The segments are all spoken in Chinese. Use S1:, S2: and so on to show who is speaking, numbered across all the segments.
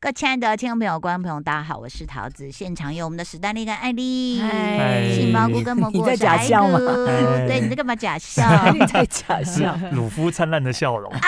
S1: 各亲爱的听众朋友、观众朋友，大家好，我是桃子。现场有我们的史丹利跟艾丽，
S2: 嗨
S1: 杏鲍菇跟蘑菇，
S2: 你在
S1: 我是
S2: 假
S1: 艾
S2: 笑吗
S1: 露
S3: 哎
S1: 对，你在干嘛假笑？
S2: 哪里在假 笑？
S3: 鲁夫灿烂的笑容
S1: 哦，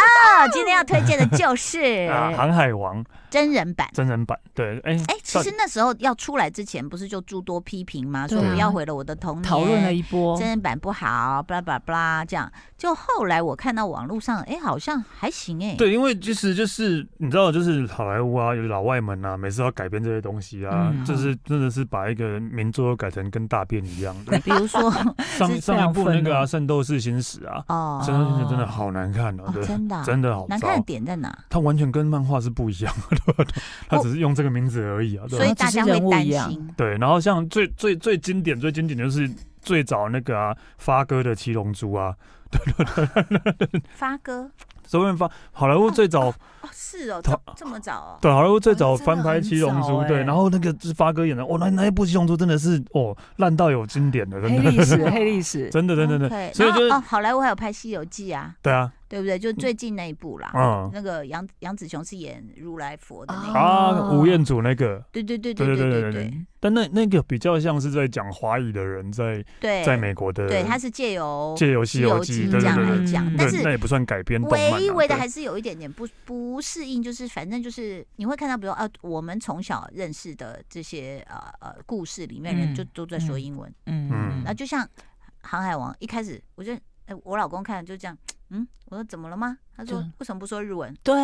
S1: 今天要推荐的就是
S3: 啊，《航海王》
S1: 真人版。
S3: 真人版，对，哎、
S1: 哎，其
S3: 到
S1: 实那时候要出来之前，不是就诸多批评吗？说
S2: 对啊
S1: 不要毁了我的童年，
S2: 讨论了一波
S1: 真，人版不好，巴拉巴拉巴拉这样。就后来我看到网络上，哎，好像还行哎。
S3: 对，因为其实就是你知道，就是好莱坞啊，有老外们啊，每次要改编这些东西啊，
S2: 嗯
S3: 就是真的是把一个名作改成跟大便一样的。
S1: 比如说，
S3: 上上一部那个啊，《圣斗士星矢》啊，
S1: 哦
S3: 《圣斗士星矢》真的好难看哦，
S1: 哦
S3: 对，
S1: 真的啊
S3: 真的好
S1: 难看的
S3: 糟，
S1: 点在哪？
S3: 它完全跟漫画是不一样的，它
S1: 哦
S3: 只是用这个名字而已啊，
S1: 所
S3: 对吧
S1: 以大家会担心。
S3: 对，然后像最最最经典、最经典的就是最早那个啊，发哥的《七龙珠》啊，
S1: 发哥
S3: 周润发，好莱坞最早、
S1: 哦，是哦，
S3: 他
S1: 这这么早哦。
S3: 对好莱坞最
S2: 哦
S3: 早
S2: 那真的
S3: 翻拍《
S2: 很
S3: 七龙珠
S2: 早》，
S3: 对，
S2: 欸
S3: 然后那个是发哥演的，哦，那那一部《七龙珠》真的是哦，烂到有经典的，真
S2: 黑
S3: 的，
S2: 历史，黑历史。
S3: 真的，真的，真的，
S1: OK，
S3: 所以
S1: 然后
S3: 就是
S1: 哦，好莱坞还有拍《西游记》啊，
S3: 对啊，
S1: 对不对？就最近那一部啦。
S3: 嗯
S1: 那个杨杨紫琼是演如来佛的那个。
S3: 啊，
S2: 哦
S3: 吴彦祖那个，
S1: 对对对
S3: 对
S1: 对对
S3: 对对
S1: 对
S3: 对
S1: 对
S3: 对，但那那个比较像是在讲华语的人在
S1: 对，
S3: 在美国的，
S1: 对，他是借由
S3: 借由《西游记》，
S1: 这
S3: 对对
S1: 样
S3: 对
S1: 来
S3: 对。
S1: 讲，
S2: 嗯
S1: 但
S3: 对
S1: 是
S3: 那也不算改编动漫啊、
S1: 唯一唯的
S3: 对
S1: 还是有一点点不不适应，就是反正就是你会看到，比如啊，我们从小认识的这些呃呃故事里面，人
S2: 嗯
S1: 就都在说
S2: 嗯
S1: 英文。
S2: 嗯
S3: 嗯
S1: 那就像《航海王》一开始，我就哎，我老公看就这样，嗯，我说怎么了吗？他说
S2: 就
S1: 为什么不说日文？
S2: 对，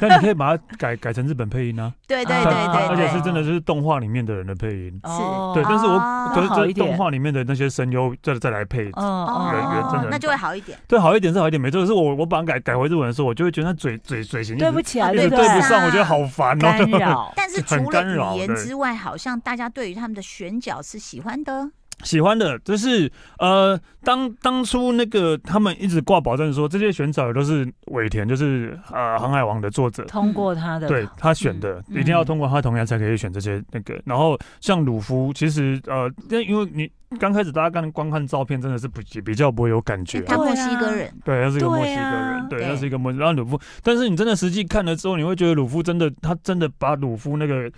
S3: 但你可以把它改改成日本配音啊，
S1: 对 对
S2: 啊
S1: 对
S3: 但但
S1: 对
S3: 而且
S1: 对
S3: 是真的就是动画里面的人的配音，
S2: 哦
S3: 对，但是我
S1: 哦
S3: 可是
S2: 好
S3: 就
S2: 一
S3: 是
S2: 点
S3: 动画里面的那些声优再再来配，
S2: 嗯
S1: 哦，
S3: 人员真的很
S1: 那就会好一点。
S3: 对，好一点是好一点，没错。是我我把它改改回日文的时候，我就会觉得他嘴嘴嘴型一
S2: 对不
S3: 直
S2: 起啊，
S3: 一直
S2: 不
S3: 对
S1: 对
S3: 不上，我觉得好烦
S2: 干
S3: 哦。
S2: 扰，
S1: 但是
S3: 很
S1: 除
S3: 干扰
S1: 了语言
S3: 对
S1: 之外，好像大家对于他们的选角是喜欢的。
S3: 喜欢的就是呃，当当初那个他们一直挂保证说这些选角都是尾田，就是呃《航海王》的作者，
S2: 通过他的
S3: 对他选的，
S1: 嗯
S3: 一定要通过他同意才可以选这些那个。然后像鲁夫，其实呃，因因为你刚开始大家看光看照片，真的是不比较不会有感觉、
S1: 因为他
S3: 啊。
S2: 对
S1: 墨
S2: 啊
S1: 西哥人，
S3: 对，他是一个墨
S2: 对
S3: 西哥
S2: 啊
S3: 人，对，
S1: 对
S3: 他是一个墨西哥。然后鲁夫，但是你真的实际看了之后，你会觉得鲁夫真的，他真的把鲁夫那个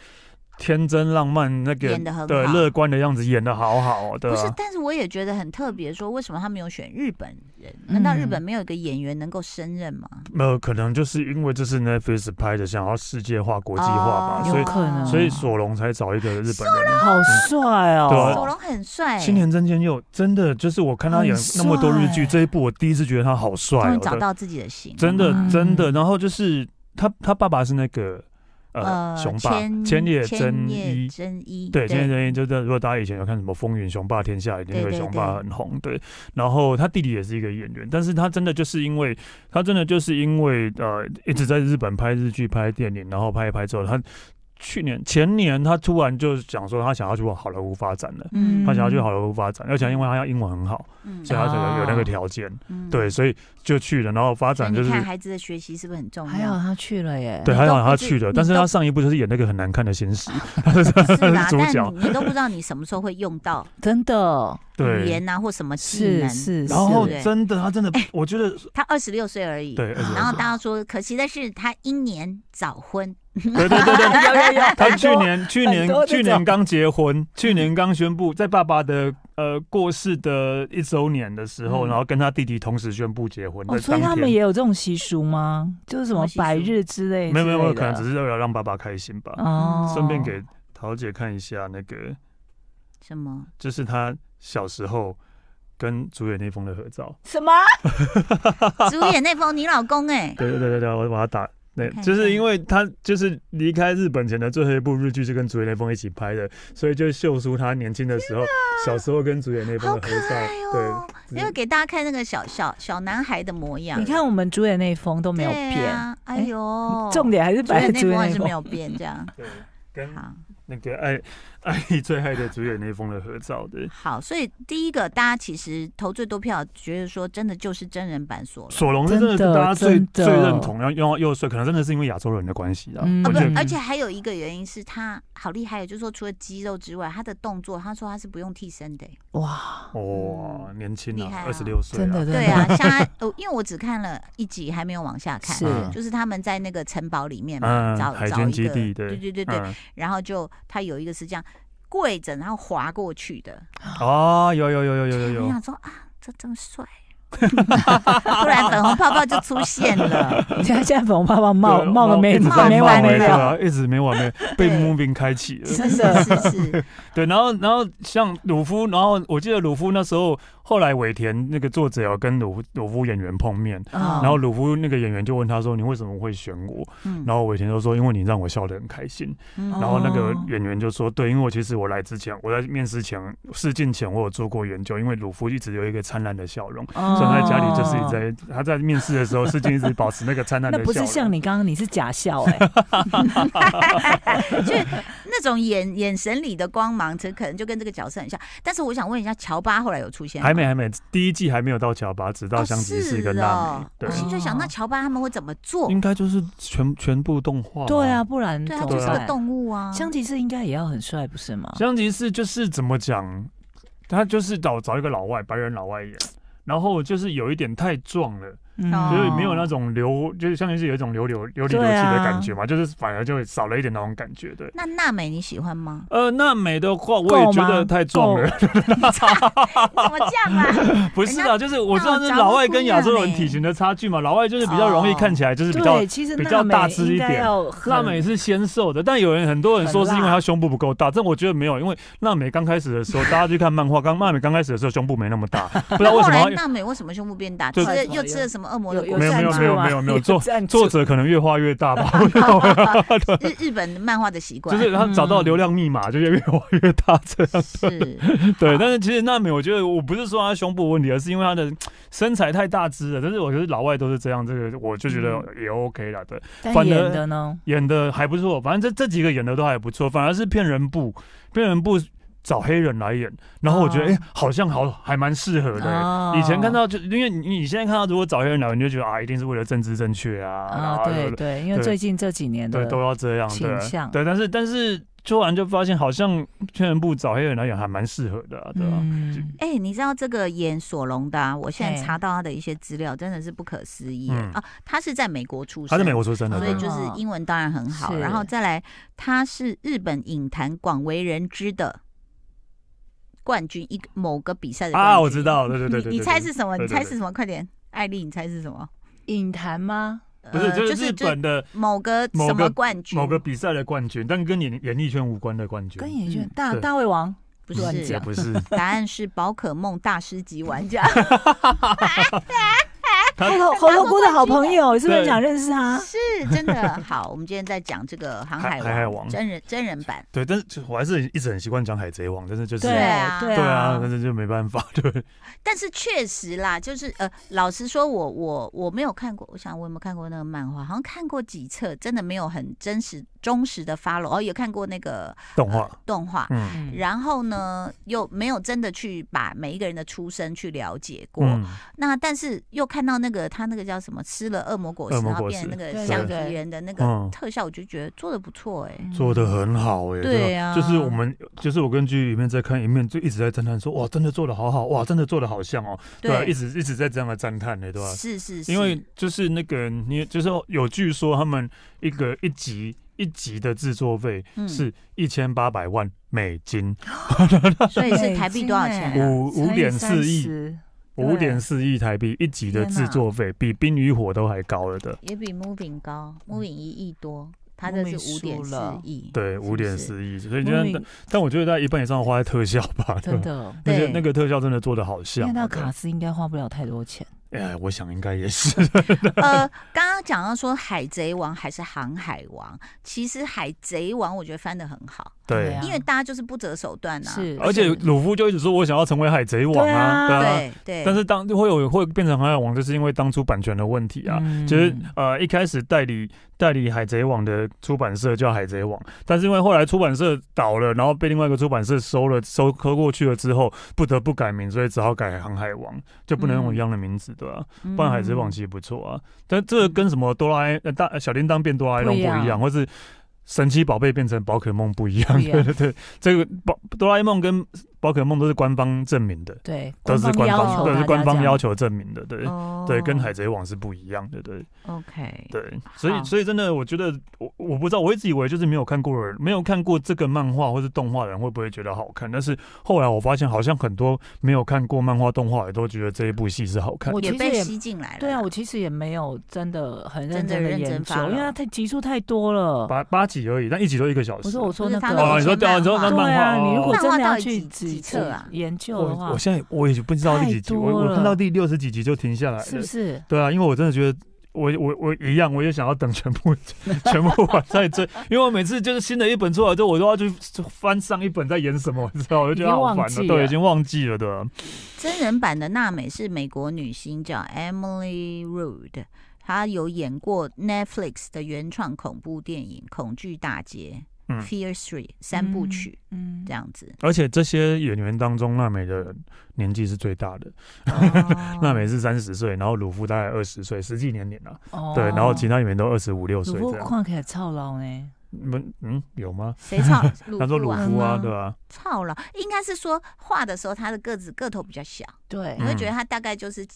S3: 天真浪漫那个
S1: 演得很
S3: 对
S1: 好
S3: 乐观的样子演的好好哦，对
S1: 不是
S3: 吧？？
S1: 但是我也觉得很特别，说为什么他没有选日本人？难道日
S2: 嗯
S1: 本没有一个演员能够胜任吗？
S3: 呃，可能就是因为这是 Netflix 拍的，想要世界化、国际化吧，
S1: 哦
S3: 所以
S2: 有可能
S3: 所以索隆才找一个日本人。
S2: 好帅
S3: 对
S2: 哦
S3: 啊，
S1: 索隆很帅，
S3: 新田真剑佑真的就是我看他演
S2: 很帅
S3: 那么多日剧，这一部我第一次觉得他好帅
S1: 终于
S3: 哦，
S1: 找
S3: 对
S1: 到自己的型，
S3: 真的
S2: 嗯
S3: 真的。然后就是他他爸爸是那个
S1: 呃
S3: 呃，熊爸千叶真
S1: 叶
S3: 一。
S1: 真一，
S3: 对，千叶真一就是，如果大家以前有看什么《风云雄霸天下》，一定
S1: 对
S3: 会
S1: 对
S3: 雄霸很红。对，然后他弟弟也是一个演员，但是他真的就是因为他真的就是因为呃一直在日本拍日剧、拍电影，然后拍一拍之后，他去年前年他突然就想说他想要去往好莱坞发展了，
S1: 嗯
S3: 他想要去好莱坞发展，而且因为他要英文很好，
S1: 嗯
S3: 所以他才
S2: 哦
S3: 有有那个条件，
S1: 嗯
S3: 啊对，所以就去了，然后发
S1: 所以
S3: 展就是
S1: 你看孩子的学习是不是很重
S2: 还好
S1: 要？
S2: 他去了耶，
S3: 对，
S1: 你
S3: 还
S1: 都
S3: 好他
S1: 不知
S3: 去了，
S1: 你
S3: 但是
S1: 都啊
S3: 他上一部就是演那个很难看的新史，，
S1: 是啦
S3: 主角
S1: 但你都不知道你什么时候会用到
S2: 真的
S1: 语
S3: 对。
S1: 言啊或什么技
S2: 是
S1: 能。
S2: 是，
S3: 然后
S2: 是
S1: 对
S3: 真的，他真的，我觉得
S1: 他二十六岁而已，
S3: 对，而且
S1: 然后大家说，可惜的是他英年早婚，
S3: 对 对对对，
S2: 有有有，
S3: 他
S2: 很
S3: 去
S2: 多
S3: 年去
S2: 很
S3: 年
S2: 多这
S3: 去年
S2: 种嗯
S3: 刚结婚，去年刚宣布在爸爸的呃过世的一周年的时候，
S2: 嗯
S3: 然后跟他弟弟同时宣布结婚，
S2: 哦，
S3: 在
S2: 所以
S3: 当
S2: 他们
S3: 天
S2: 也有这种习俗吗？就是什么百日之类之类的，啊
S3: 没有没有没有，可能只是为了让爸爸开心吧。
S2: 哦，
S3: 顺便给桃姐看一下那个，
S1: 什么？
S3: 就是他小时候跟主演那封的合照。
S2: 什么？
S1: 主演那封你老公哎，
S3: 对对对对对，我把它打。对，
S1: 看一
S3: 就是
S1: 下
S3: 因为他就是离开日本前的最后一部日剧是跟竹野内丰一起拍的，所以就秀出他年轻的时候，小时候跟竹野内丰的合照。
S1: 哦
S3: 对，
S1: 因为给大家看那个小小小男孩的模样，
S2: 你看我们主演那一封都没有
S1: 对
S2: 变，
S1: 啊，哎呦，
S2: 重点还是
S1: 主
S2: 摆
S1: 演那
S2: 在主
S1: 封
S2: 演
S1: 还
S2: 那
S1: 是
S2: 一
S1: 没
S2: 封。
S1: 有变，这样
S3: 对，跟
S1: 好。
S3: 那个艾爱 你最爱的主演那封的合照的
S1: 好，所以第一个，大家其实投最多票，觉得说真的就是真人版索隆，
S3: 索隆是真的是
S2: 真的
S3: 大家最
S2: 真的
S3: 最认同，然后又又帅，可能真的是因为亚洲人的关系啊。
S2: 嗯
S1: 啊
S3: 我
S1: 不
S3: 觉得
S2: 嗯，
S1: 而且还有一个原因是他好厉害，就是说除了肌肉之外，他的动作，他说他是不用替身的、欸
S2: 哇，
S3: 哇，年轻
S1: 厉害
S3: 啊
S1: 啊，
S3: 二十六岁
S2: 真
S3: 啊，
S2: 的真
S1: 对
S2: 的，
S1: 啊，像他呃，因为我只看了一集，还没有往下看，
S2: 是
S3: 嗯
S1: 就是他们在那个城堡里面嘛，
S3: 嗯，
S1: 找
S3: 海
S1: 找
S3: 军
S1: 一
S3: 基
S1: 个，
S3: 地的，
S1: 对对对对，
S3: 嗯
S1: 然后就他有一个是这样跪着，然后滑过去的，
S3: 哦，有有有有有有
S1: 我
S3: 有，
S1: 想说啊，这真帅。 突然粉红泡泡就出现了，
S2: 现在现在粉红泡泡冒
S3: 对
S2: 冒个没
S3: 一直
S1: 冒
S3: 在
S2: 没完
S3: 冒
S2: 没
S3: 欸对
S2: 了，
S3: 啊，一直没完没了，被
S1: 对
S3: moving 开启了。
S1: 是
S2: 真的
S1: 是是，
S3: 对，然后然后像鲁夫，然后我记得鲁夫那时候后来尾田那个作者有跟鲁夫鲁夫演员碰面，
S2: 嗯
S1: 哦
S3: 然后鲁夫那个演员就问他说：“你为什么会选我？”
S1: 嗯
S3: 然后尾田就说：“因为你让我笑得很开心。”
S1: 嗯
S3: 然后那个
S2: 哦
S3: 演员就说：“对，因为我其实我来之前，我在面试前、试镜前，我有做过研究，因为鲁夫一直有一个灿烂的笑容，
S2: 哦
S3: 所以他在家里就是一直在他在面试的时候，试镜一直保持那个灿烂 的
S2: 那
S3: 笑容。
S2: 不是像你刚刚你是假 笑哎、
S1: 就是那种眼眼神里的光芒，这可能就跟这个角色很像。但是我想问一下，乔巴后来有出现吗？
S3: 还没还没第一季还没有到乔巴，直到
S1: 哦，
S3: 香吉士跟娜美
S1: 哦，
S3: 对
S1: 我。心就想，那乔巴他们会怎么做？
S3: 应该就是全全部动画。
S2: 哦对啊，，不然
S1: 对啊，
S2: 怎
S1: 他
S2: 么
S1: 就是个
S2: 办
S1: 动物啊。
S2: 香吉士应该也要很帅不是吗？
S3: 香吉士就是怎么讲，他就是找找一个老外，白人老外演，然后就是有一点太壮了，
S2: 嗯
S1: 哦
S3: 就是没有那种流，就是香吉士有一种流流流里流气
S2: 对啊
S3: 的感觉嘛，就是反而就会少了一点那种感觉，对。？
S1: 那娜美你喜欢吗
S3: 呃，娜美的话，我也觉得太壮
S2: 哦
S3: 了，
S1: 怎么这样啊？
S3: 不是
S2: 哎
S3: 啊，就是我知道是老外跟亚洲人体型的差距嘛，老外就是比较容易看起来就是比较
S2: 欸哦对，其实
S3: 比较
S2: 娜美
S3: 大只一
S2: 应该
S3: 点
S2: 要很
S3: 娜美是纤瘦的，但有人很多人说是因为她胸部不够大，但我觉得没有，因为娜美刚开始的时候，大家去看漫画，刚娜美刚开始的时候胸部没那么大， 不知道为
S1: 后
S3: 什
S1: 来
S3: 么。
S1: 娜美为什么胸部变大？吃
S3: 对
S1: 了
S2: 对
S1: 又吃了什么恶魔的
S2: 有
S1: 果
S2: 有
S1: 实？
S3: 没有没有
S2: 赞助
S3: 没有
S2: 吗
S3: 没有没有 做
S2: 赞助
S3: 作者可能越画越大吧，
S1: 日日本漫画的习惯
S3: 就是他找到流量密码，就越越画越大这 样。
S1: 是
S3: 对，但是其实娜美，我觉得我不是说她胸部有问题，而是因为她的身材太大只了。但是我觉得老外都是这样，这个我就觉得也 OK 了。对，
S2: 但
S3: 反而
S2: 演的呢？
S3: 演的还不错，反正这这几个演的都还不错，反而是骗人部，骗人部找黑人来演，然后我觉得
S2: 哦
S1: 啊
S3: 哎、诶好像好还蛮适合的、
S2: 哦
S3: 以前看到就因为你你现在看到如果找黑人来，你就觉得啊一定是为了政治正确啊，然
S2: 啊，
S3: 后
S2: 对对，因为
S3: 对
S2: 最近这几年
S3: 对
S2: 的
S3: 都要这样
S2: 倾
S3: 对
S2: 向
S3: 对，但是但是突然就发现好像骗人部找黑人来演还蛮适合的、啊，对吧、
S2: 嗯
S1: 哎、你知道这个演索隆的、啊，我现在
S2: 嘿
S1: 查到他的一些资料，真的是不可思议、
S3: 嗯
S1: 啊！他是在美国出生，
S3: 他在美国出生的，
S1: 嗯所以
S3: 对
S1: 就是
S2: 哦
S1: 英文当然很好。
S2: 是
S1: 然后再来，他是日本影坛广为人知的冠军，一个某个比赛的冠军
S3: 啊，我知。道，对对对对
S1: 你你
S3: 对
S1: 猜是什么？
S3: 对
S1: 你
S3: 对
S1: 猜
S3: 对
S1: 是什么？快点，艾丽，你猜是什么？
S2: 影坛吗？
S3: 不是
S1: 呃
S3: 就是
S1: 就
S3: 日本的
S1: 某个
S3: 某
S1: 什么
S3: 个
S1: 冠军？
S3: 某个比赛的冠军，但跟演演艺圈无关的冠军，
S2: 跟演艺
S1: 嗯
S2: 圈大
S3: 对
S2: 大胃王
S1: 不
S2: 乱
S3: 也
S1: 是啊
S2: 讲，
S3: 不是，
S1: 答案是宝可梦大师级玩 家。
S3: 他
S2: 喉喉咙菇的好朋哎友，
S1: 哎
S2: 是不是很
S3: 对
S2: 想认识他？
S1: 是真的好，我们今天在讲这个《航海
S3: 海
S1: 王》
S3: 海海王
S1: 真人真人版，
S3: 对，但是就我还是一直很习惯讲海贼王，但是就是
S1: 对啊
S2: 对
S3: 对啊，但是就没办法， 对，
S1: 但是确实啦，就是呃，老实说我，我我没有看过，我想我有没有看过那个漫画？好像看过几册，真的没有很真实忠实的 follow，哦，也看过那个
S3: 动画
S1: 呃，动画。
S3: 嗯
S1: 然后呢，又没有真的去把每一个人的出身去了解 过。
S3: 嗯，
S1: 那但是又看到那个他那个叫什么，吃了恶魔果实，
S3: 恶魔
S1: 然后
S3: 果
S1: 变成
S3: 实
S1: 那个
S2: 对
S1: 橡皮
S2: 对对
S1: 人的那个
S3: 嗯
S1: 特效，我就觉得做的不错哎、
S3: 做的很好哎，
S1: 对
S3: 啊
S1: 啊，
S3: 就是我们就是我跟剧里面在看一面，就一直在赞叹说哇，真的做的好好，哇，真的做的好像哦，对啊，一直一直在这样的赞叹哎，对吧？
S1: 是是是，
S3: 因为就是那个你就是有据说他们一个一集一集的制作费
S1: 嗯
S3: 是一千八百万美金，
S1: 所以是台币多少钱、
S2: 美金
S1: 啊？
S2: 哎
S3: 五
S2: 乘以
S3: 五点四亿，
S2: 30
S3: 五点四亿台币一集的制作费，比《冰与火》都还高了的。
S1: 也比 Moving 高，Moving 一亿多，它这是五
S2: 嗯 Moving
S1: 点
S2: 输
S1: 四
S2: 了
S1: 亿。
S3: 对，
S1: 是
S3: 五
S1: 不
S3: 点
S1: 是
S3: 四亿，所以
S2: 因
S3: 但
S2: 为
S3: 但但我觉得在一半以上花在特效吧，
S2: 真
S3: 对吧，
S2: 的，
S3: 那
S1: 对
S3: 个那个特效真的做的好
S2: 因
S3: 像
S2: 为
S3: 哦，
S2: 那
S3: 对
S2: 卡斯应该花不了太多钱。
S3: 哎，我想应该也是，
S1: 呃，刚刚讲到说海贼王还是航海王，其实海贼王我觉得翻的很好，
S2: 对
S3: 对
S2: 啊。
S1: 因为大家就是不择手段啊。
S2: 是，
S3: 而且鲁夫就一直说，我想要成为海贼王啊，
S2: 对啊
S3: 对啊。
S1: 对对，
S3: 但是当会有会变成海贼王，就是因为当初版权的问题啊。
S2: 嗯
S3: 其实呃一开始代理代理海贼王的出版社叫海贼王，但是因为后来出版社倒了，然后被另外一个出版社收了收收过去了之后，不得不改名，所以只好改航海王，就不能用
S1: 嗯
S3: 一样的名字，对吧、啊
S1: 嗯
S3: 不然海贼王其实不错啊，但这个跟什么哆啦 A 呃大小叮当变哆啦 A 梦
S2: 不一样
S3: 不一样，或是神奇宝贝变成宝可梦不一样，
S2: 不一样
S3: 对对对，这个宝哆啦 A 梦跟宝可梦都是官方证明的，
S2: 对，
S3: 都是官
S2: 要
S3: 方
S2: 求
S3: 都
S2: 大
S3: 是
S2: 家
S3: 官
S2: 这
S3: 方
S2: 样
S3: 要求证明的，对、
S1: 哦
S3: 对，跟海贼王是不一样的，对。
S1: OK
S3: 对，所以
S1: 好
S3: 所以真的，我觉得我我不知道，我一直以为就是没有看过的人，没有看过这个漫画或是动画的人会不会觉得好看？但是后来我发现，好像很多没有看过漫画动画的都觉得这一部戏是好看。
S2: 我
S1: 也
S2: 其实
S1: 被
S2: 也
S1: 吸进来了。
S2: 对啊，我其实也没有真的很
S1: 真
S2: 认
S1: 的
S2: 真的
S1: 认
S2: 研
S1: 真
S2: 究，
S1: follow
S2: 因为它太集数太多了。
S3: 八八集而已，但一集都一个小时。
S2: 不是我说那
S1: 不是
S2: 个，
S1: 它
S3: 哦，
S1: 的
S3: 你说
S1: 全
S3: 你说
S1: 漫
S3: 那
S1: 画
S2: 对
S3: 漫画，
S2: 啊，你如果
S3: 哦
S1: 漫
S2: 真
S1: 画
S2: 的
S1: 到
S2: 要
S1: 底
S2: 去
S1: 几
S2: 仔
S1: 几
S2: 细
S1: 册啊
S2: 研究的
S3: 我
S2: 话
S3: 我，现在我也不知道第几集，
S2: 太多
S3: 我我看
S2: 了
S3: 到第六十几集就停下来了。
S2: 是不是？
S3: 对啊，因为我真的觉得。我我我一样，我也想要等全部 全部完再追，因为我每次就是新的一本出来之后，我都要去翻上一本在演什么，你知道，我就觉
S2: 已
S3: 得
S2: 经
S3: 好
S2: 忘
S3: 烦啊
S2: 记了
S3: 对，已经忘记了，对啊吧、
S1: 真人版的娜美是美国女星叫 Emily Rudd，她有演过 Netflix 的原创恐怖电影《恐惧大街》
S3: 嗯
S1: （Fear Street） 三部曲、
S2: 嗯，
S1: 这样子。
S3: 而且这些演员当中，娜美的年纪是最大的，
S2: 哦
S1: 哦
S3: 娜、美是三十岁，然后鲁夫大概二十岁，实际年龄啊，
S2: 哦
S3: 对，然后其他演员都二十五六
S2: 主
S3: 岁
S2: 播
S3: 这样。
S2: 看起来操劳呢，
S3: 你们嗯有吗？
S1: 谁唱？
S3: 他说鲁
S1: 啊
S3: 夫啊，
S2: 嗯
S3: 对吧、
S1: 操了，应该是说画的时候她的个子个头比较小，
S2: 对
S1: 你
S3: 嗯
S1: 会觉得她大概就是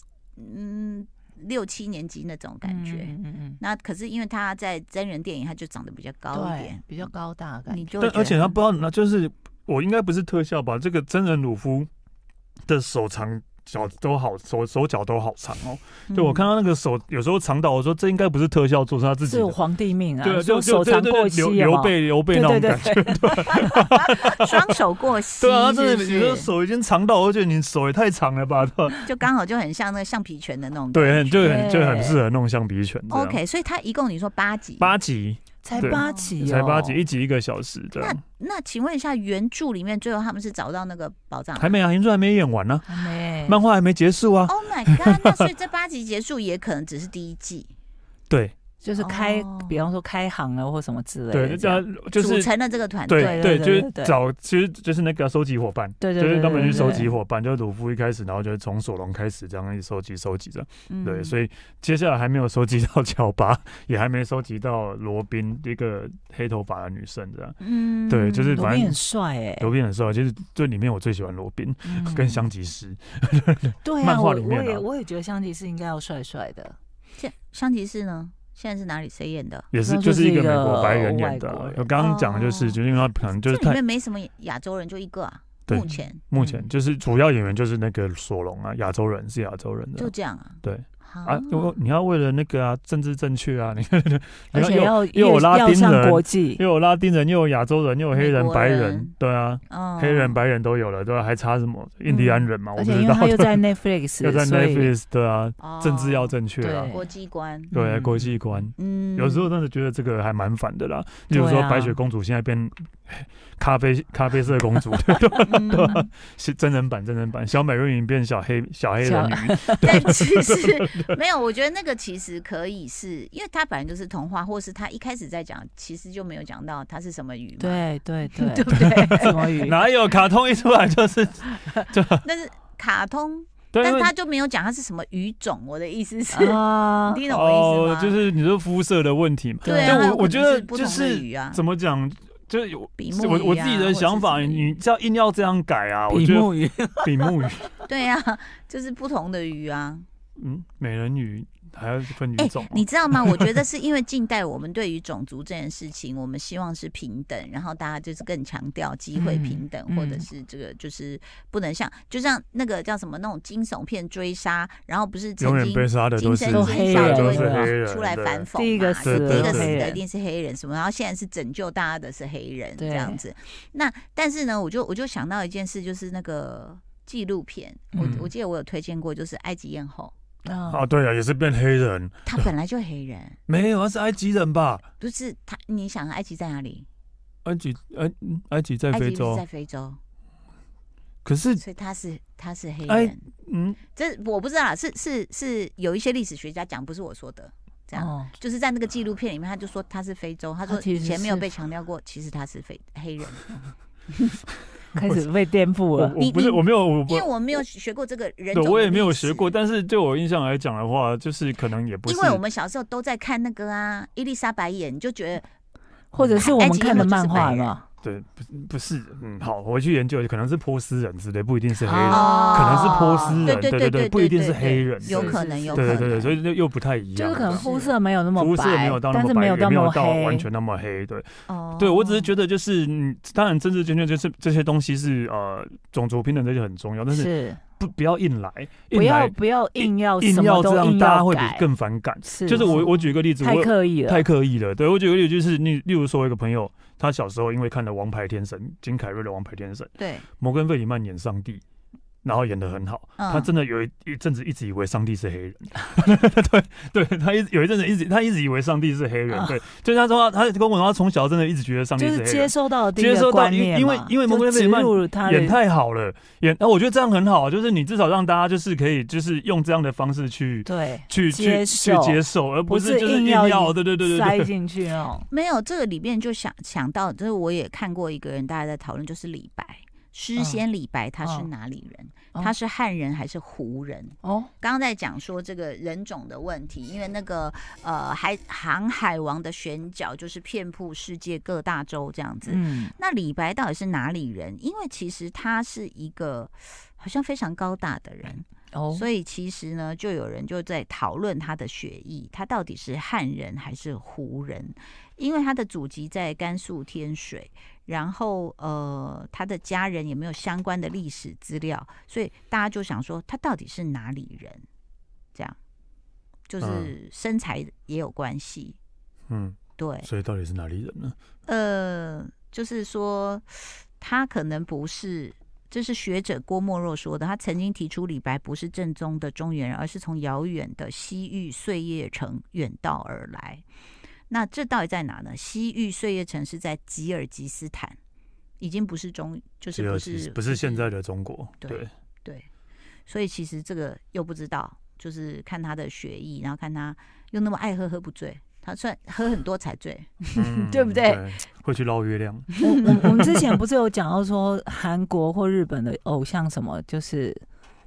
S1: 嗯六七年级那种感觉。
S2: 嗯嗯嗯
S1: 那可是因为她在真人电影，她就长得比较
S2: 嗯，
S1: 高一
S2: 对
S1: 点，，
S2: 比较高大的感
S1: 你
S2: 觉，
S1: 就会
S3: 但
S1: 觉
S3: 而且
S1: 得
S3: 他不知道，那就是我应该不是特效吧？这个真人鲁夫的手长脚都好，手手脚都好长哦。
S1: 嗯
S2: 嗯
S3: 对我看 到那个手有时候长到，我说这应该不是特效做，是他自己
S2: 是有
S3: 的。
S2: 皇帝命啊，
S3: 对，
S2: 说
S3: 就
S2: 手
S3: 就对
S2: 长
S3: 对
S2: 过
S3: 对，
S2: 膝有
S3: 刘
S2: 没
S3: 刘
S2: 有
S3: 备刘备
S2: 对
S3: 那
S2: 对
S3: 种感
S2: 对
S3: 觉。
S2: 对，
S1: 双手过膝，
S3: 对啊，他真
S1: 是
S3: 的，
S1: 不
S3: 你的
S1: 是？
S3: 手已经长到，我觉得你手也太长了吧？ 对吧
S1: 就刚好就很像那个橡皮拳的那种。
S3: 对，很就很就很
S2: 对
S3: 适合弄橡皮犬这样。
S1: OK，所以它一共你说八集，
S3: 八集
S2: 才
S3: 对
S2: 八集哦，
S3: 才八集，一集一个小时啊这样，
S1: 那请问一下，原著里面最后他们是找到那个宝藏吗？
S3: 还没啊，原著还没演完呢，
S2: 还没
S3: 漫画还没结束
S2: 哦
S3: 啊。
S1: Oh my god！那所以这八集结束也可能只是第一季，
S3: 对
S2: 就是开
S1: 哦，
S2: 比方说开行了或什么之类
S3: 对，
S2: 的这
S3: 那
S2: 样，
S3: 就是
S1: 组成了这个团队。
S3: 对
S2: 对
S3: 就
S2: 对
S3: 是
S2: 对
S3: 找，其实就是那个收集伙伴，
S2: 对
S3: 就
S2: 对对，
S3: 是他们去
S2: 对
S3: 收集，伙伴，就是鲁夫一开始，然后就是从索隆开始这样一直收集收集着，
S1: 嗯
S3: 对，所以接下来还没有收集到 乔巴，也还没收集到罗宾一个黑头发的女生这样，
S1: 嗯
S3: 对就是
S2: 对罗
S3: 反正
S2: 宾很帅哎，
S3: 罗宾很帅，其实这里面我最喜欢罗宾
S2: 嗯
S3: 跟香吉士，
S2: 对啊，
S3: 漫画
S2: 我
S3: 里面啊
S2: 我也我也觉得香吉士应该要帅帅 的，
S1: 现香吉士呢？现在是哪里谁演的？
S3: 也是
S2: 那
S3: 就
S2: 就是
S3: 是一个
S2: 一
S3: 美国
S2: 个
S3: 白人演的
S2: 外国
S3: 啊
S2: 人，
S3: 我刚刚讲的就是，
S1: 哦
S3: 就因为他可能就是
S1: 这里
S3: 太
S1: 面没什么亚洲人，就一个啊。
S3: 对
S1: 目前
S3: 目前
S2: 嗯
S3: 就是主要演员就是那个索隆啊，亚洲人是亚洲人的
S1: 就这样啊。
S3: 对
S1: 啊
S3: 啊，因为你要为了那个啊政治正确啊， 你看，你
S2: 而
S3: 要
S2: 且
S3: 又
S2: 要
S3: 又有
S2: 又
S3: 拉
S2: 要
S3: 丁人
S2: 上国际，
S3: 又有拉丁人，又有亚洲人，又有黑人
S1: 美、国
S3: 白人
S1: 人，
S3: 对啊，
S1: 哦
S3: 黑人、白人都有了，对吧？还差什么印第安人嘛？我
S2: 而
S3: 不
S2: 且
S3: 知
S2: 因
S3: 道
S2: 为他又
S3: 对
S2: 在 Netflix，
S3: 又在
S2: 所以
S3: Netflix，对啊，
S1: 哦
S3: 政治要正确啊
S2: 对，
S1: 国际观，
S3: 对啊
S2: 嗯
S3: 国际观。
S1: 嗯，
S3: 有时候真的觉得这个还蛮反的啦，比
S2: 对啊
S3: 如说白雪公主现在变 咖啡咖啡色公主，
S1: 嗯
S3: 是真人版真人版，小美人鱼变小黑小黑人鱼，
S1: 但 其实没有，我觉得那个其实可以是因为它本来就是童话，或是他一开始在讲，其实就没有讲到它是什么鱼嘛，
S2: 对对对
S1: 对，不对？
S2: 什么语？
S3: 哪有卡通一出来就是
S1: 但是卡通，
S3: 对，
S1: 但
S3: 因
S1: 是
S3: 为
S1: 他就没有讲它是什么鱼种。我的意思是，
S2: 啊
S1: 你，听懂我意思吗？
S3: 哦就是你说肤色的问题嘛。
S1: 对
S3: 但
S1: 啊，
S3: 我我觉得
S1: 不
S3: 就
S1: 同的
S3: 是
S1: 鱼啊，
S3: 怎么讲，就是有
S1: 比目
S3: 是我我
S1: 鱼
S3: 自
S1: 啊
S3: 己的想法，
S1: 或者是什么
S3: 你这样硬要这样改啊，我
S2: 比
S3: 觉得
S2: 目鱼，
S3: 比目鱼，
S1: 对啊， 就是不同的鱼啊。
S3: 嗯，美人鱼还要分语
S1: 哎
S3: 种啊，
S1: 你知道吗？我觉得是因为近代我们对于种族这件事情，我们希望是平等，然后大家就是更强调机会平等，
S2: 嗯嗯
S1: 或者是这个就是不能像就像那个叫什么那种惊悚片追杀，然后不是
S3: 永
S1: 曾
S3: 远
S1: 经
S3: 被杀的
S1: 金
S3: 都是
S1: 神
S2: 都
S1: 金
S2: 黑
S1: 少
S2: 人
S1: 就
S2: 都是
S3: 黑人
S1: 会出来
S3: 对
S1: 反讽嘛，
S2: 第一个死
S1: 就第一
S3: 的
S1: 个
S3: 是
S1: 死
S3: 黑
S1: 的
S2: 人
S1: 一定是黑人什么，然后现在是拯救大家的是黑人这
S2: 对
S1: 样子。那但是呢，我就我就想到一件事，就是那个纪录片，我
S3: 嗯
S1: 我记得我有推荐过，就是埃及艳后，
S2: 啊
S3: 啊，，对啊，也是变黑人，啊
S1: 她本来就黑人，
S3: 没有，他是埃及人吧？
S1: 啊不是她，你想埃及在哪里？
S3: 埃及埃埃及在
S1: 埃
S3: 非
S1: 及不是
S3: 洲
S1: 在，非洲，
S3: 可是
S1: 所以他是他是黑
S3: 哎
S1: 人。
S3: 嗯，
S1: 这我不知道啦，是是是有一些历史学家讲，不是我说的，这样、
S2: 哦，
S1: 就是在那个纪录片里面，他就说他是非洲，他说
S2: 他其
S1: 以
S2: 实
S1: 前没有
S2: 是
S1: 被强调过，其实他是非黑人，
S2: 开始被颠覆
S3: 我
S2: 了。
S1: 你
S3: 我不是
S1: 你
S3: 我没有我
S1: 因
S3: 不
S1: 为我没有学过这个人种，
S3: 对我也没有学过，。但是对我印象来讲的话，就是可能也不是
S1: 因为我们小时候都在看那个啊，伊丽莎白眼，你就觉得
S2: 或者
S3: 哎
S2: 是我们看的漫画
S1: 埃及要
S2: 嘛，
S3: 对不是不是嗯好，我去研究，可能是波斯人之类，不一定是黑人，
S1: 哦
S3: 嗯可能是波斯人，
S1: 对
S3: 对
S1: 对
S3: 对，
S1: 对，
S3: 不一定是黑人，
S1: 有
S3: 对
S1: 可能，有可
S3: 对
S1: 能，
S3: 对对对，所以就又不太一
S2: 就
S3: 样，
S2: 是可能
S1: 是
S2: 肤色没有那么
S3: 肤色没
S2: 白
S3: 有到，那
S2: 但
S3: 么
S2: 是
S3: 白，
S2: 没
S3: 也
S2: 有到
S3: 没有
S2: 么
S3: 到
S2: 黑
S3: 完，全那么黑，对，
S1: 哦，
S3: 对我只是觉得就是，嗯，当然政治圈圈就是这些东西是呃种族平等这些很重要，但是
S2: 是
S3: 不不要硬来，
S2: 不
S3: 硬
S2: 要
S3: 来
S2: 不要硬要
S3: 硬
S2: 什么
S3: 要
S2: 都
S3: 这样，
S2: 硬
S3: 大家
S2: 要
S3: 会比
S2: 改，
S3: 更反感。
S2: 是
S3: 就是我我举个例子，
S2: 太
S3: 我
S2: 刻意了，
S3: 太刻意了，对我举个例子就是，例例如说我有一个朋友，他小时候因为看了《王牌天神》金凯瑞的《王牌天神》，
S1: 对，
S3: 摩根费里曼演上帝。然后演的很好，
S1: 嗯
S3: 他真的有一一阵子一直以为上帝是黑人， 对对，他一直有一阵子一直他一直以为上帝是黑人，
S2: 啊
S3: 对，就是他说他他跟我说他从小真的一直觉得上帝
S2: 就是
S3: 黑
S2: 是
S3: 人，
S2: 接受到的第一
S3: 接受
S2: 个
S3: 到
S2: 观
S3: 因
S2: 念嘛，
S3: 因为因为
S2: 就
S3: 蒙哥贝
S2: 植
S3: 曼
S2: 入了他的
S3: 演太好了，演，啊那、我觉得这样很好，就是你至少让大家就是可以就是用这样的方式去
S2: 对
S3: 去
S2: 接
S3: 去
S2: 受
S3: 去接受，而不
S2: 不
S3: 是
S2: 是
S3: 就是
S2: 硬
S3: 硬
S2: 要
S3: 要，对对对对
S2: 塞
S3: 对，
S2: 进去哦，
S1: 没有，这个里面就想想到，就是我也看过一个人，大家在讨论，就是李白，诗仙李白，他是
S2: 嗯
S1: 哪里人？
S2: 哦
S3: 嗯
S1: 他是汉人还是胡人？
S2: 哦，
S1: 刚刚在讲说这个人种的问题，因为那个呃海航海王的选角就是遍布世界各大洲这样子。
S2: 嗯，
S1: 那李白到底是哪里人？因为其实他是一个好像非常高大的人，
S2: 哦，
S1: 所以其实呢，就有人就在讨论他的血裔，他到底是汉人还是胡人？因为他的祖籍在甘肃天水，然后呃，他的家人也没有相关的历史资料，所以大家就想说他到底是哪里人？这样就是身材也有关系，
S3: 嗯，
S1: 对，
S3: 所以到底是哪里人呢？
S1: 呃，就是说他可能不是，这是学者郭沫若说的，他曾经提出李白不是正宗的中原人，而是从遥远的西域碎叶城远道而来。那这到底在哪呢？西域碎叶城是在吉尔吉斯坦，已经不是中，就是不
S3: 其
S1: 是
S3: 实不是现在的中国，
S1: 对
S3: 对，
S1: 对，所以其实这个又不知道，就是看他的学艺，然后看他又那么爱喝，喝不醉，他算喝很多才醉。
S3: 嗯
S2: 对不对？
S3: 会去捞月亮，
S2: 我我我们之前不是有讲到说韩国或日本的偶像什么，就是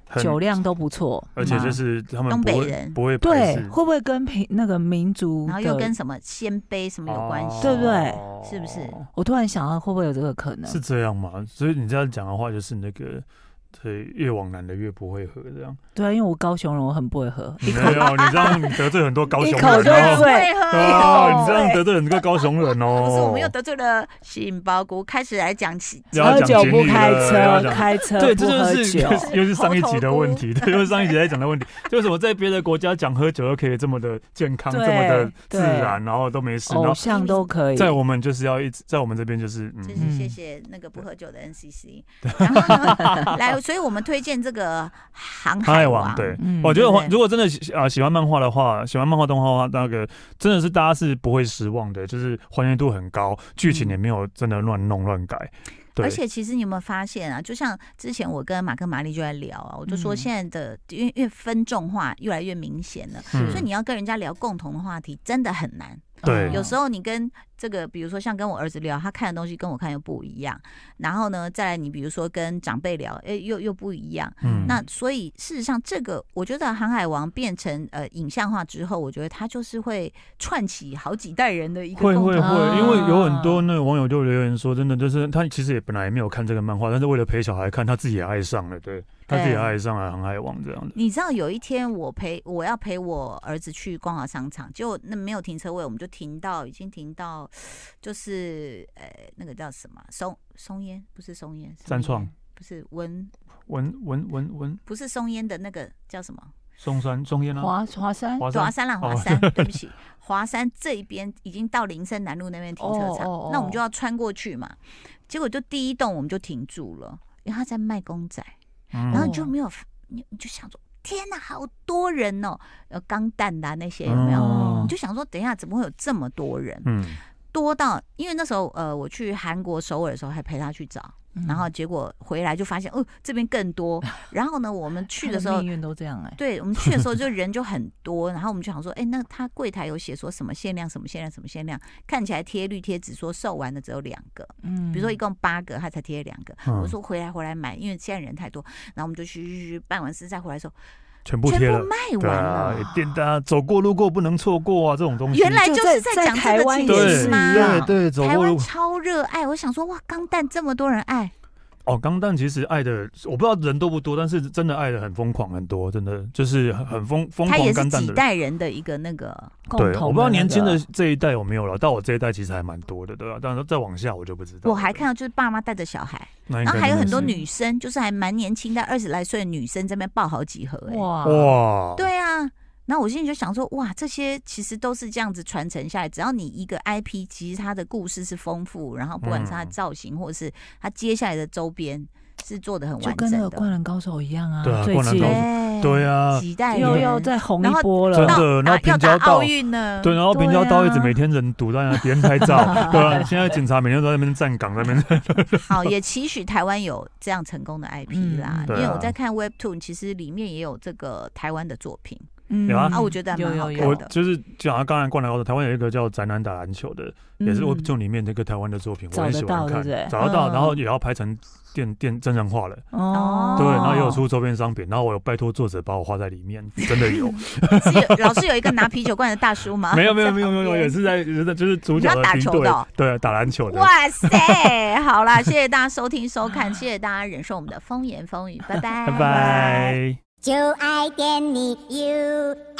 S3: 很
S2: 酒量都不错吗，
S3: 而且就是他们
S1: 东
S3: 不
S1: 北
S3: 会
S1: 人
S3: 不会排
S2: 对，
S3: 斥，
S2: 会不会跟平那个民族的，
S1: 然后又跟什么鲜卑什么有关系，
S2: 对不对
S3: 哦
S1: 是不是嗯
S2: 我突然想到会不会有这个可能？
S3: 是这样嘛？所以你这样讲的话，就是那个。对，越往南的越不会喝，这样。
S2: 对啊，因为我高雄人，我很不会喝，
S3: 没有，你这样得罪很多 高
S2: 一
S3: 雄人
S2: 口就
S3: 哦
S2: 醉
S3: 哦，你这样
S1: 对
S3: 得罪很多高雄人哦。
S1: 欸 不是我们又得罪了杏鲍菇，开始来讲起
S3: 又要
S2: 喝
S3: 讲
S2: 酒
S3: 情
S2: 不
S3: 侣
S2: 开
S3: 了又要
S2: 车，
S3: 讲
S2: 开车
S3: 对，
S2: 不
S3: 这
S2: 喝
S3: 就是
S2: 酒
S3: 又，是又是上一集的问题，对，又是上一集在 讲的问题，就是我在别的国家讲喝酒都可以这么的健康，这
S2: 对
S3: 么的自
S2: 对
S3: 然，然后都没
S1: 哦
S3: 事，然
S2: 偶
S3: 后
S2: 像都可以。
S3: 在我们就是要一直在我们这边就是
S1: 就
S3: 嗯，
S1: 是谢谢那个不喝酒的 NCC，然后 呢，来，所以我们推荐这个航
S3: 航海
S1: 王
S3: 王，对。
S2: 嗯
S3: 我觉
S1: 对
S3: 得
S1: 不
S3: 话
S1: 对
S3: 如果真的喜啊、喜欢漫画的话，喜欢漫画动画的话，那个真的是大家是不会失望的，就是还原度很高，剧情也没有真的乱弄乱改。对，
S1: 而且其实你有没有发现啊？就像之前我跟马克玛丽就在聊啊，我就说
S2: 嗯
S1: 现在的、因为因为分众化越来越明显了，
S3: 嗯
S1: 所以你要跟人家聊共同的话题真的很难。
S3: 对
S1: 有时候你跟这个，比如说像跟我儿子聊，他看的东西跟我看又不一样。然后呢，再来你比如说跟长辈聊，诶，又又不一样。
S3: 嗯
S1: 那所以事实上，这个我觉得《航海王》变成呃影像化之后，我觉得它就是会串起好几代人的一个
S3: 会
S1: 共
S3: 会
S1: 同
S2: 啊
S3: 会，因为有很多那个网友就留言说，真的就是他其实也本来也没有看这个漫画，但是为了陪小孩看，他自己也爱上了，对他自己也爱上了《航海王》这样的。
S1: 你知道有一天我陪我要陪我儿子去光华商场，结果那没有停车位，我们就停到已经停到，就是呃那个叫什么松松烟不是松烟，
S3: 三创
S1: 松烟不是文
S3: 文文文文
S1: 不是松烟的那个叫什么？
S3: 松山松烟啊，
S2: 华华山
S3: 华山
S1: 华，山啦，华
S3: 哦
S1: 山，对不起，华山这一边已经到林森南路那边停车场，
S2: 哦哦哦
S1: 那我们就要穿过去嘛。结果就第一栋我们就停住了，因为他在卖公仔，
S3: 嗯
S1: 然后你就没有，你你就想说，天哪，好多人哦，呃，钢弹啦、那些有没有？
S2: 嗯
S1: 你就想说，等一下怎么会有这么多人？
S3: 嗯
S1: 多到，因为那时候呃，我去韩国首尔的时候还陪他去找，
S2: 嗯
S1: 然后结果回来就发现哦、这边更 多。然后呢，我们去
S2: 他
S1: 的时候
S2: 命，运都这样哎、
S1: 对我们去的时候就人就很多，然后我们就想说，哎、那他柜台有写说什么限量、什么限量、什么限量，看起来贴绿贴纸说售完的只有两个，
S2: 嗯
S1: 比如说一共八个，他才贴两个。
S3: 嗯
S1: 我说回来回来买，因为现在人太多，然后我们就去去去办完事再回来的时候，
S3: 全部
S1: 全
S3: 贴
S1: 部
S3: 了，
S1: 卖
S3: 对
S1: 完
S3: 啊
S1: 了。，
S3: 店大家走过路过不能错过啊，这种东西。
S1: 原来就
S2: 就是在
S1: 在讲这
S2: 在台
S1: 个
S2: 湾
S1: 情
S2: 也
S1: 形
S2: 是
S1: 吗？
S2: 一样
S3: 对对，走
S1: 台
S3: 过
S1: 湾
S3: 路
S1: 超热爱，我想说哇，钢蛋这么多人爱，
S3: 哦，钢蛋其实爱的，我不知道人多不多，但是真的爱的很疯狂，很多，真的就是很很疯疯
S1: 他也是
S3: 狂钢蛋
S1: 几
S3: 的人。
S1: 代人的一个那个，
S2: 共同
S3: 对，
S2: 的
S3: 我不知
S2: 那
S3: 道年轻
S2: 个
S3: 的这一代有没有了，到我这一代其实还蛮多的，对啊，但是再往下我就不知道了。
S1: 我还看到就是爸妈带着小孩，
S3: 那应
S1: 然
S3: 该
S1: 后还有很多
S3: 真的
S1: 女生，就是还蛮年轻的，二十来岁的女生在那边抱好几盒、哎，
S2: 哇
S3: 是哇，
S1: 对啊。那我心里就想说，哇，这些其实都是这样子传承下来。只要你一个 IP，其实它的故事是丰富，然后不管是它的
S3: 嗯
S1: 造型，或者是它接下来的周边，是做的很
S2: 就
S1: 完
S2: 跟那
S1: 整
S2: 个《灌
S1: 的。
S2: 篮高手》一样啊，
S3: 对啊
S2: 最
S3: 灌篮
S2: 近
S3: 高手
S1: 对
S3: 对啊
S1: 几代
S2: 又
S1: 人
S2: 又再红
S1: 然后
S2: 一波
S3: 真
S2: 了。
S3: 的
S1: 到啊
S3: 那
S1: 打要
S3: 平交
S1: 打
S3: 道
S1: 奥运呢？
S3: 对，然后平交道一直
S2: 对啊
S3: 每天人堵在那边拍照， 对啊，现在警察每天都在那边站岗，在那边
S1: 好，也期许台湾有这样成 功的 IP
S2: 嗯
S1: 啦。因
S3: 对啊
S1: 为我在看 Webtoon，其实里面也有这个台湾的作品
S2: 嗯
S3: 有啊
S1: 啊，我觉得还
S2: 有
S1: 蛮好
S2: 有
S1: 看
S2: 有
S3: 我
S1: 的。
S3: 就是讲到刚才灌篮高手，台湾有一个叫宅男打篮球的，也是
S1: 嗯
S3: 我就里面这个台湾的作品，我
S2: 找
S3: 很
S2: 得
S3: 喜欢
S2: 到
S3: 看
S2: 对不，对
S3: 找得到，
S1: 嗯
S3: 然后也要拍成电电真人化了。
S1: 哦
S3: 对，然后也有出周边商品，然后我有拜托作者把我画在里面，真的 有，
S1: 是有老师有一个拿啤酒罐的大叔吗？
S3: 没有没有没有
S1: 啊在
S3: 没
S1: 旁
S3: 有，
S1: 边
S3: 也是在也是在就是主角
S1: 你要打
S3: 的
S1: 球
S3: 敌对
S1: 的哦，
S3: 对，打篮球的，
S1: 哇塞，好啦，谢谢大家收听收看，谢谢大家忍受我们的风言风语，拜拜
S3: 拜拜。
S4: 就爱点你 UFO。